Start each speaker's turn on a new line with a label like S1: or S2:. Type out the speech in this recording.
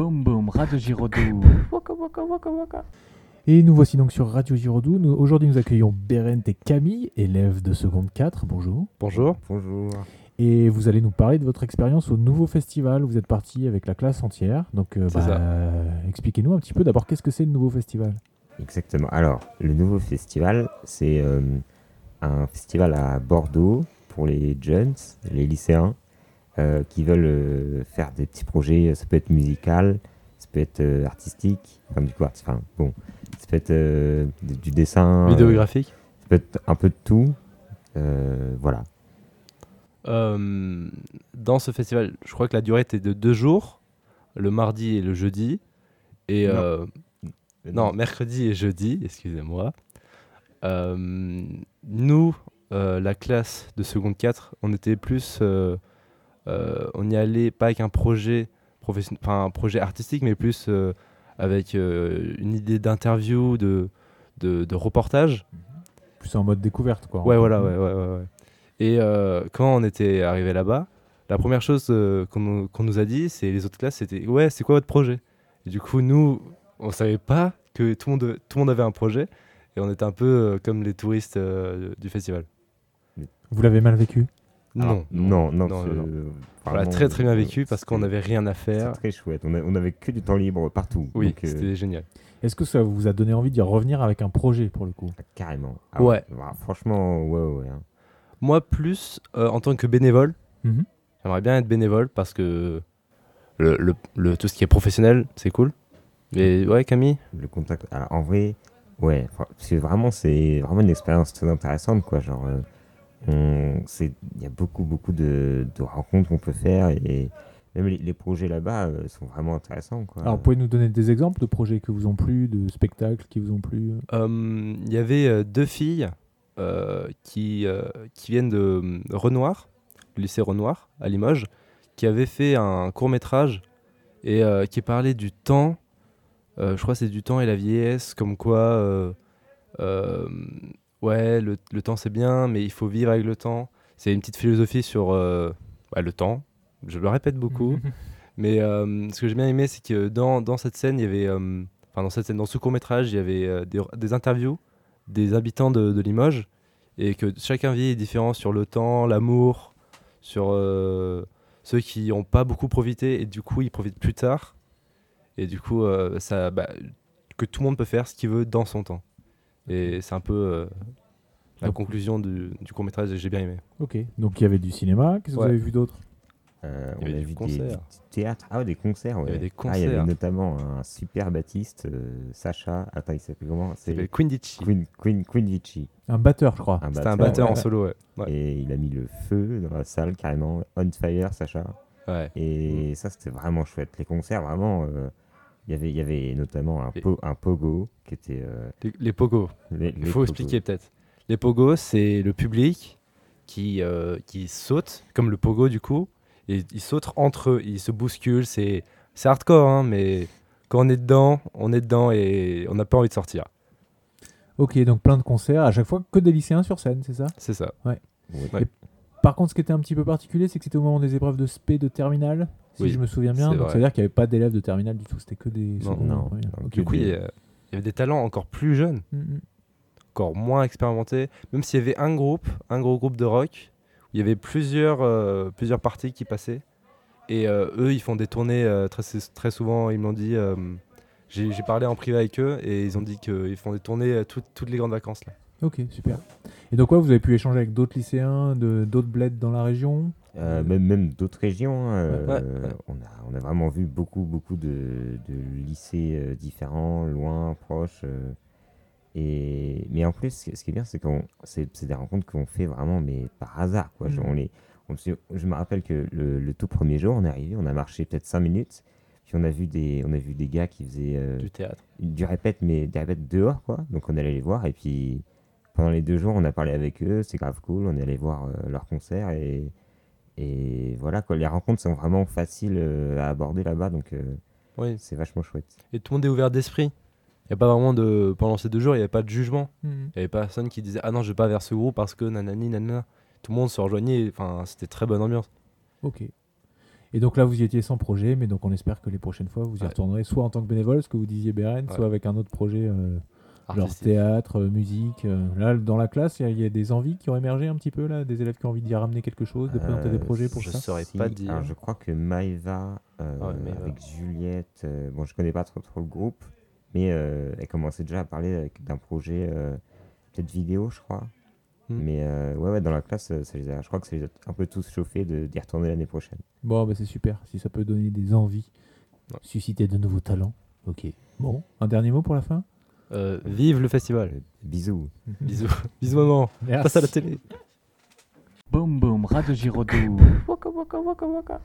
S1: comme Radio Giraudoux. Waka, waka, waka, waka.
S2: Et nous voici donc sur Radio Giraudoux. Nous- Aujourd'hui, nous accueillons Berent et Camille, élèves de seconde 4. Bonjour.
S3: Bonjour.
S4: Bonjour.
S2: Et vous allez nous parler de votre expérience au nouveau festival. Vous êtes parti avec la classe entière. Donc, euh,
S3: C'est
S2: bah,
S3: ça.
S2: euh, expliquez-nous un petit peu d'abord qu'est-ce que c'est le nouveau festival.
S4: Exactement. Alors, le nouveau festival, c'est euh, un festival à Bordeaux pour les jeunes, les lycéens, euh, qui veulent euh, faire des petits projets. Ça peut être musical, ça peut être euh, artistique, enfin du coup, art- enfin bon, ça peut être euh, du du dessin, euh,
S3: Vidéographique.
S4: ça peut être un peu de tout. Euh, voilà.
S3: Euh, dans ce festival, je crois que la durée était de deux jours, le mardi et le jeudi. Et
S4: Non.
S3: euh, non, mercredi et jeudi, excusez-moi. Euh, nous, euh, la classe de seconde 4, on était plus. euh, euh, on y allait pas avec un projet, profession- enfin, un projet artistique, mais plus euh, avec euh, une idée d'interview, de, de, de reportage.
S2: Plus en mode découverte, quoi.
S3: Ouais, voilà, ouais, ouais, ouais. ouais. Et euh, quand on était arrivé là-bas, la première chose euh, qu'on nous- qu'on nous a dit, c'est les autres classes, c'était ouais, c'est quoi votre projet Et du coup, nous, on savait pas que tout le monde, devait- tout le monde avait un projet, et on était un peu euh, comme les touristes euh, du festival.
S2: Vous l'avez mal vécu
S4: Alors,
S3: Ah, non,
S4: Ah, non, non,
S3: non,
S4: ce-
S3: non, on l'a
S4: vraiment,
S3: très très bien
S4: euh,
S3: vécu parce qu'on
S4: c'était-
S3: n'avait rien à
S4: c'était
S3: faire.
S4: très chouette. On, a- on avait que du temps libre partout.
S3: Oui,
S4: Donc, euh,
S3: c'était génial.
S2: Est-ce que ça vous a donné envie d'y revenir avec un projet, pour le coup
S4: carrément.
S3: Ouais.
S4: bah, franchement, ouais, ouais. hein.
S3: Moi, plus euh, en tant que bénévole,
S2: Mhm.
S3: j'aimerais bien être bénévole parce que le, le- le- tout ce qui est professionnel, c'est cool. Mais ouais, Camille
S4: le contact. Alors, en vrai, ouais, fr- parce que vraiment, c'est vraiment une expérience très intéressante, quoi. Genre, euh, on- c'est, il y a beaucoup, beaucoup de, de rencontres qu'on peut faire et même les, les projets là-bas euh, sont vraiment intéressants, quoi.
S2: Alors, pouvez nous donner des exemples de projets qui vous ont plu, de spectacles qui vous ont plu
S3: Euh, Il y avait euh, deux filles euh, qui, euh, qui viennent de euh, Renoir, le lycée Renoir, à Limoges, qui avaient fait un court métrage et euh, qui parlait du temps. euh, je crois que c'est du temps et la vieillesse, comme quoi, euh, euh, ouais, le, le temps c'est bien, mais il faut vivre avec le temps. C'est une petite philosophie sur euh, bah, le temps. Je le répète
S2: Mhm.
S3: beaucoup. Mais euh, ce que j'ai bien aimé, c'est que dans, dans cette scène, il y avait. euh, Enfin, dans cette scène, dans ce court-métrage, il y avait euh, des, des interviews des habitants de, de Limoges et que chacun vit est différent sur le temps, l'amour, sur euh, ceux qui n'ont pas beaucoup profité et du coup ils profitent plus tard. Et du coup, euh, ça, bah, que tout le monde peut faire ce qu'il veut dans son temps. Et c'est un peu euh, la
S2: Donc-
S3: conclusion du, du court-métrage et j'ai bien aimé.
S2: Ok. Donc, il y avait du cinéma. Qu'est-ce que
S3: Ouais.
S2: vous avez vu d'autre
S4: Euh,
S3: il y
S4: on
S3: avait
S4: a
S3: du
S4: vu des,
S3: concert.
S4: des petits théâtres. Ah, ouais, des concerts, ouais.
S3: avait des
S4: Ah, il y avait
S3: concerts.
S4: notamment un super Baptiste, euh, Sacha. Attends, il s'appelle comment
S3: C'était
S4: C'est
S3: Queen Ditchy.
S4: Queen, Queen, Queen Vici.
S2: Un batteur, je crois.
S3: C'était un batteur
S4: ouais.
S3: en solo, ouais. Ouais.
S4: Et il a mis le feu dans la salle, carrément. On fire, Sacha.
S3: Ouais.
S4: Et
S3: Mm.
S4: ça, c'était vraiment chouette. Les concerts, vraiment, euh, il y avait- il y avait notamment un,
S3: Et-
S4: po- un pogo qui était. euh,
S3: Les, les pogos.
S4: les-
S3: Il
S4: les
S3: faut
S4: pogos.
S3: expliquer peut-être. Les pogos, c'est le public qui, euh, qui saute, comme le pogo du coup, et ils sautent entre eux, ils se bousculent, c'est c'est hardcore, hein, mais quand on est dedans, on est dedans et on n'a pas envie de sortir.
S2: Ok, donc plein de concerts. À chaque fois, que des lycéens sur scène, c'est ça
S3: C'est ça.
S4: Ouais.
S3: Ouais.
S2: Par contre, ce qui était un petit peu particulier, c'est que c'était au moment des épreuves de SP de terminale, si
S3: Oui,
S2: je me souviens bien.
S3: c'est
S2: Donc,
S3: vrai.
S2: c'est-à-dire qu'il n'y avait pas d'élèves de terminale du tout, c'était que des. secondes,
S4: non,
S2: ouais.
S4: non,
S2: Ok.
S3: Du coup, il y, a- il y avait des talents encore plus jeunes,
S2: Mm, mm.
S3: encore moins expérimentés, même s'il y avait un groupe, un gros groupe de rock, où il y avait plusieurs, euh, plusieurs parties qui passaient. Et euh, eux, ils font des tournées euh, très, très souvent. Ils m'ont dit. euh, J'ai j'ai parlé en privé avec eux et ils ont dit qu'ils font des tournées euh, toutes- toutes les grandes vacances. Là.
S2: Ok, super. Et donc, ouais, vous avez pu échanger avec d'autres lycéens, de- d'autres bleds dans la région
S4: Euh, même même d'autres régions, hein,
S3: Ouais,
S4: euh,
S3: ouais, ouais.
S4: On, a, on a vraiment vu beaucoup, beaucoup de, de lycées euh, différents, loin, proches. euh, et... Mais en plus, ce qui ce qui est bien, c'est qu'on c'est c'est des rencontres qu'on fait vraiment mais par hasard. Quoi. Genre,
S3: Mm.
S2: Mhm.
S4: on les, on se- je me rappelle que le, le tout premier jour, on est arrivé, on a marché peut-être 5 minutes, puis on a vu des, on a vu des gars qui faisaient euh,
S3: Du théâtre.
S4: du répète, mais des répètes dehors, quoi. Donc on allait les voir et puis pendant les deux jours, on a parlé avec eux, c'est grave cool, on est allé voir euh, leurs concerts et, et voilà, quoi. Les rencontres sont vraiment faciles euh, à aborder là-bas, donc euh,
S3: Oui.
S4: c'est vachement chouette.
S3: Et tout le monde est ouvert d'esprit. Il n'y a pas vraiment de. Pendant ces deux jours, il n'y avait pas de jugement.
S2: Mm.
S3: Il n'y avait personne qui disait Ah non, je vais pas vers ce groupe parce que nanani, nanana. Tout le monde se rejoignait. Enfin, c'était très bonne ambiance.
S2: Ok. Et donc là, vous y étiez sans projet, mais donc on espère que les prochaines fois, vous y
S3: Ouais.
S2: retournerez soit en tant que bénévole, ce que vous disiez, Beren,
S3: Ouais.
S2: soit avec un autre projet, euh, genre
S3: Artistique.
S2: théâtre, euh, musique. euh. Là, dans la classe, il y a- il y, a des envies qui ont émergé un petit peu, là, des élèves qui ont envie d'y ramener quelque chose, de présenter des
S4: Euh,
S2: projets pour
S3: je
S2: ça. Ah
S3: saurais
S4: Si,
S3: pas dire.
S4: alors, je crois que Maeva, euh,
S3: Ouais, Maëva.
S4: avec Juliette, euh, bon, je connais pas trop, trop le groupe, mais euh, elle commençait déjà à parler avec- d'un projet, euh, peut-être vidéo, je crois.
S3: Hmm.
S4: Mais euh, ouais, ouais, dans la classe, euh, ça les a- je crois que ça les a un peu tous chauffés de- d'y retourner l'année prochaine.
S2: Bon, bah, c'est super, si ça peut donner des envies,
S3: Ouais.
S2: susciter de nouveaux talents. Ok. Bon, un dernier mot pour la fin
S3: Euh, vive le festival.
S4: Euh, bisous.
S3: Bisous. Bisous maman. Passe à la télé.
S1: Boum boum, Radio Giraudoux. Waka waka waka waka.